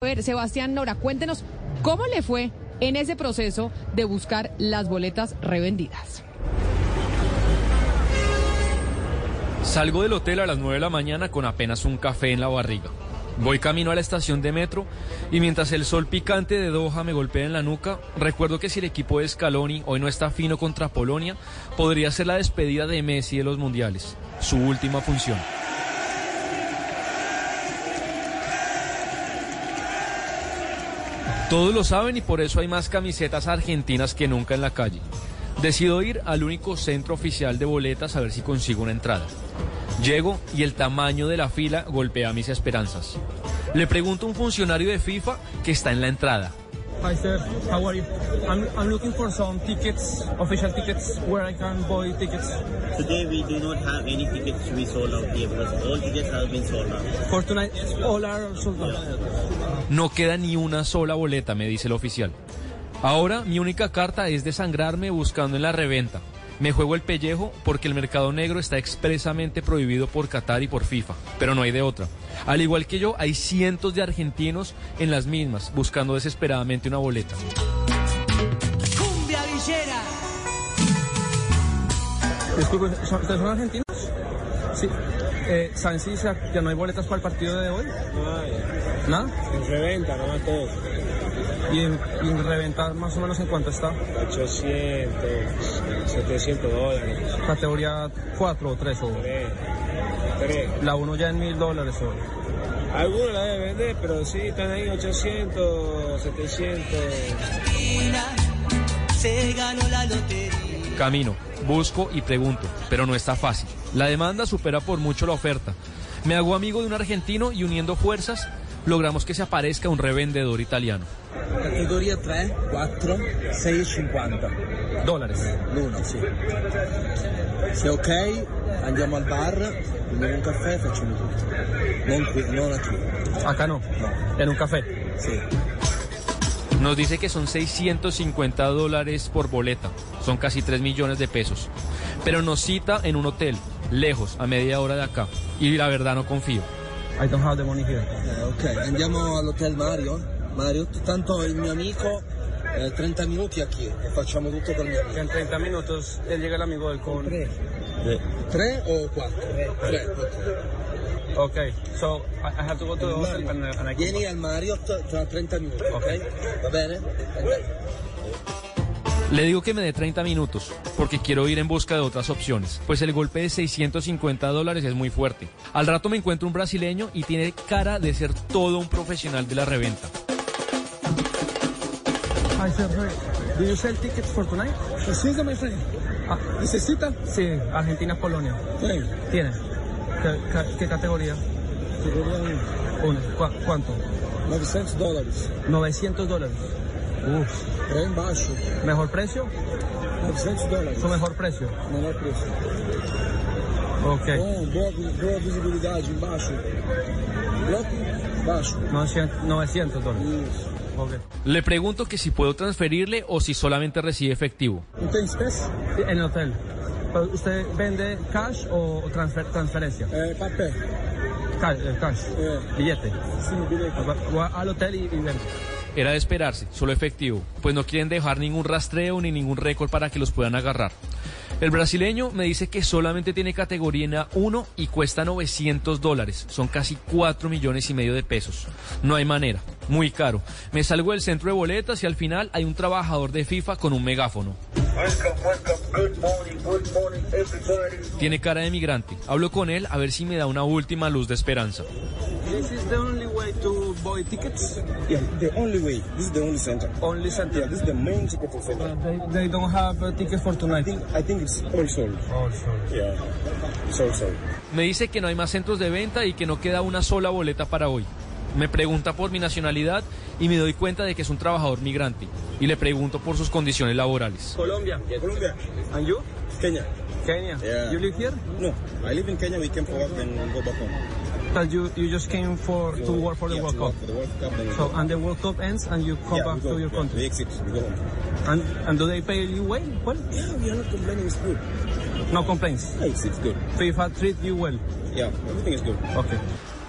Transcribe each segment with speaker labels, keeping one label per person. Speaker 1: A ver, Sebastián Nora, cuéntenos cómo le fue en ese proceso de buscar las boletas revendidas.
Speaker 2: Salgo del hotel a las 9 de la mañana con apenas un café en la barriga. Voy camino a la estación de metro y mientras el sol picante de Doha me golpea en la nuca, recuerdo que si el equipo de Scaloni hoy no está fino contra Polonia, podría ser la despedida de Messi de los mundiales, su última función. Todos lo saben y por eso hay más camisetas argentinas que nunca en la calle. Decido ir al único centro oficial de boletas a ver si consigo una entrada. Llego y el tamaño de la fila golpea mis esperanzas. Le pregunto a un funcionario de FIFA que está en la entrada.
Speaker 3: Hi sir, how are you? I'm, I'm looking for some tickets, official tickets, where I can buy tickets.
Speaker 4: Today we do not have any tickets to be sold out here because all tickets have been sold out.
Speaker 3: For tonight, all are sold out.
Speaker 2: No queda ni una sola boleta, me dice el oficial. Ahora mi única carta es desangrarme buscando en la reventa. Me juego el pellejo porque el mercado negro está expresamente prohibido por Qatar y por FIFA, pero no hay de otra. Al igual que yo, hay cientos de argentinos en las mismas buscando desesperadamente una boleta.
Speaker 5: Cumbia Villera.
Speaker 3: Disculpen, ¿son- ¿ustedes son argentinos? Sí. Eh, ¿Saben si se- ya no hay boletas para el partido de hoy? ¿Nada?
Speaker 6: En reventa, nomás todo.
Speaker 3: ¿Y en, y en reventar más o menos en cuánto está?
Speaker 6: 800, 700 dólares.
Speaker 3: Categoría 4 o 3 o
Speaker 6: 3, 3.
Speaker 3: la 1 ya en 1000 dólares hoy.
Speaker 6: Algunos la deben vender, pero sí, están ahí 800, 700.
Speaker 5: Se ganó la lotería.
Speaker 2: Camino, busco y pregunto, pero no está fácil. La demanda supera por mucho la oferta. Me hago amigo de un argentino y uniendo fuerzas logramos que se aparezca un revendedor italiano.
Speaker 7: Categoria 3, 4, 6,50.
Speaker 3: Dólares.
Speaker 7: L'uno, sì. Se è ok, andiamo al bar, prendiamo un caffè e facciamo tutto. Non qui, non a qui.
Speaker 3: Acá no. No. En un café.
Speaker 7: Sì.
Speaker 2: Nos dice que son 650 dólares por boleta, son casi 3 millones de pesos. Pero nos cita en un hotel, lejos, a media hora de acá. Y la verdad no confío.
Speaker 3: I don't have the money here.
Speaker 7: Eh, ok, andiamo all'hotel Mario. Mario, tanto il mio amico eh, 30 minuti a chi? E facciamo tutto col mio amico.
Speaker 3: En 30 minutos él llega el amigo del con.
Speaker 7: 3 o 4? 3, ok.
Speaker 3: Ok, so I, I have to go to the hotel and, and I can-
Speaker 7: Vieni al Marriott tra 30 minuti, ok? Va bene? Ok.
Speaker 2: Le digo que me dé 30 minutos, porque quiero ir en busca de otras opciones, pues el golpe de 650 dólares es muy fuerte. Al rato me encuentro un brasileño y tiene cara de ser todo un profesional de la reventa.
Speaker 3: I said, hey, do you sell tickets for tonight?
Speaker 7: Scusa, my friend.
Speaker 3: Ah,
Speaker 7: Necessita?
Speaker 3: sí, Argentina, Polonia.
Speaker 7: Prego.
Speaker 3: ¿Tiene? ¿Qué, qué- qué categoría?
Speaker 7: Categoria 1.
Speaker 3: Una. ¿Cu- ¿Cuánto?
Speaker 7: 900 dollari.
Speaker 3: 900 dólares. Uf.
Speaker 7: Tre in basso.
Speaker 3: ¿Mejor precio?
Speaker 7: 900 dollari.
Speaker 3: ¿Su mejor precio?
Speaker 7: Non è preso.
Speaker 3: Ok.
Speaker 7: Bom, Então, boa, boa visibilidade embaixo. Bloco baixo.
Speaker 3: 900, 900 dólares.
Speaker 7: Isso.
Speaker 3: Ok.
Speaker 2: Le pregunto que si puedo transferirle o si solamente recibe efectivo.
Speaker 7: Não tem espécie?
Speaker 3: En el hotel. Pero ¿Usted vende cash o transfer- transferencia?
Speaker 7: É papel.
Speaker 3: Cash, eh, cash.
Speaker 7: É.
Speaker 3: Billete.
Speaker 7: Sim, direito.
Speaker 3: Va- va al hotel y, y vende.
Speaker 2: Era de esperarse, solo efectivo, pues no quieren dejar ningún rastreo ni ningún récord para que los puedan agarrar. El brasileño me dice que solamente tiene categoría 1 y cuesta 900 dólares, son casi 4 millones y medio de pesos. No hay manera, muy caro. Me salgo del centro de boletas y al final hay un trabajador de FIFA con un megáfono.
Speaker 8: Welcome, welcome. Good morning, good morning, everybody.
Speaker 2: Tiene cara de migrante. Hablo con él a ver si me da una última luz de esperanza.
Speaker 3: This is the only way to buy tickets.
Speaker 7: Yeah, the only way. This is the only center.
Speaker 3: Only
Speaker 7: Yeah,
Speaker 3: center.
Speaker 7: this is the main ticket for center.
Speaker 3: They, they don't have a ticket for
Speaker 7: I
Speaker 3: tonight.
Speaker 7: think, I think it's all sold. Yeah. It's all sold.
Speaker 2: Me dice que no hay más centros de venta y que no queda una sola boleta para hoy. Me pregunta por mi nacionalidad y me doy cuenta de que es un trabajador migrante. Y le pregunto por sus condiciones laborales.
Speaker 3: Colombia.
Speaker 7: Colombia.
Speaker 3: And you?
Speaker 7: Kenya.
Speaker 3: Kenya.
Speaker 7: Yeah.
Speaker 3: You live here?
Speaker 7: No, I live in Kenya. We came for work and go back home.
Speaker 3: But you, you just came for to work for the
Speaker 7: yeah,
Speaker 3: World
Speaker 7: to
Speaker 3: Cup.
Speaker 7: work for the World Cup. Then we
Speaker 3: So
Speaker 7: go.
Speaker 3: and the World Cup ends and you come
Speaker 7: yeah, we
Speaker 3: back
Speaker 7: go,
Speaker 3: to your
Speaker 7: yeah,
Speaker 3: country.
Speaker 7: We exit. We go home.
Speaker 3: And and do they pay you well? Well,
Speaker 7: Yeah, we are not complaining. It's good.
Speaker 3: no complaints.
Speaker 7: Yeah, Ah, it's, it's good.
Speaker 3: FIFA treat you well.
Speaker 7: Yeah, everything is good.
Speaker 3: Okay.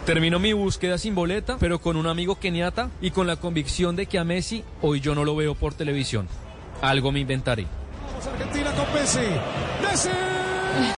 Speaker 2: Termino mi búsqueda sin boleta, pero con un amigo keniata y con la convicción de que a Messi hoy yo no lo veo por televisión. Algo me inventaré.
Speaker 6: Argentina con Messi. Messi.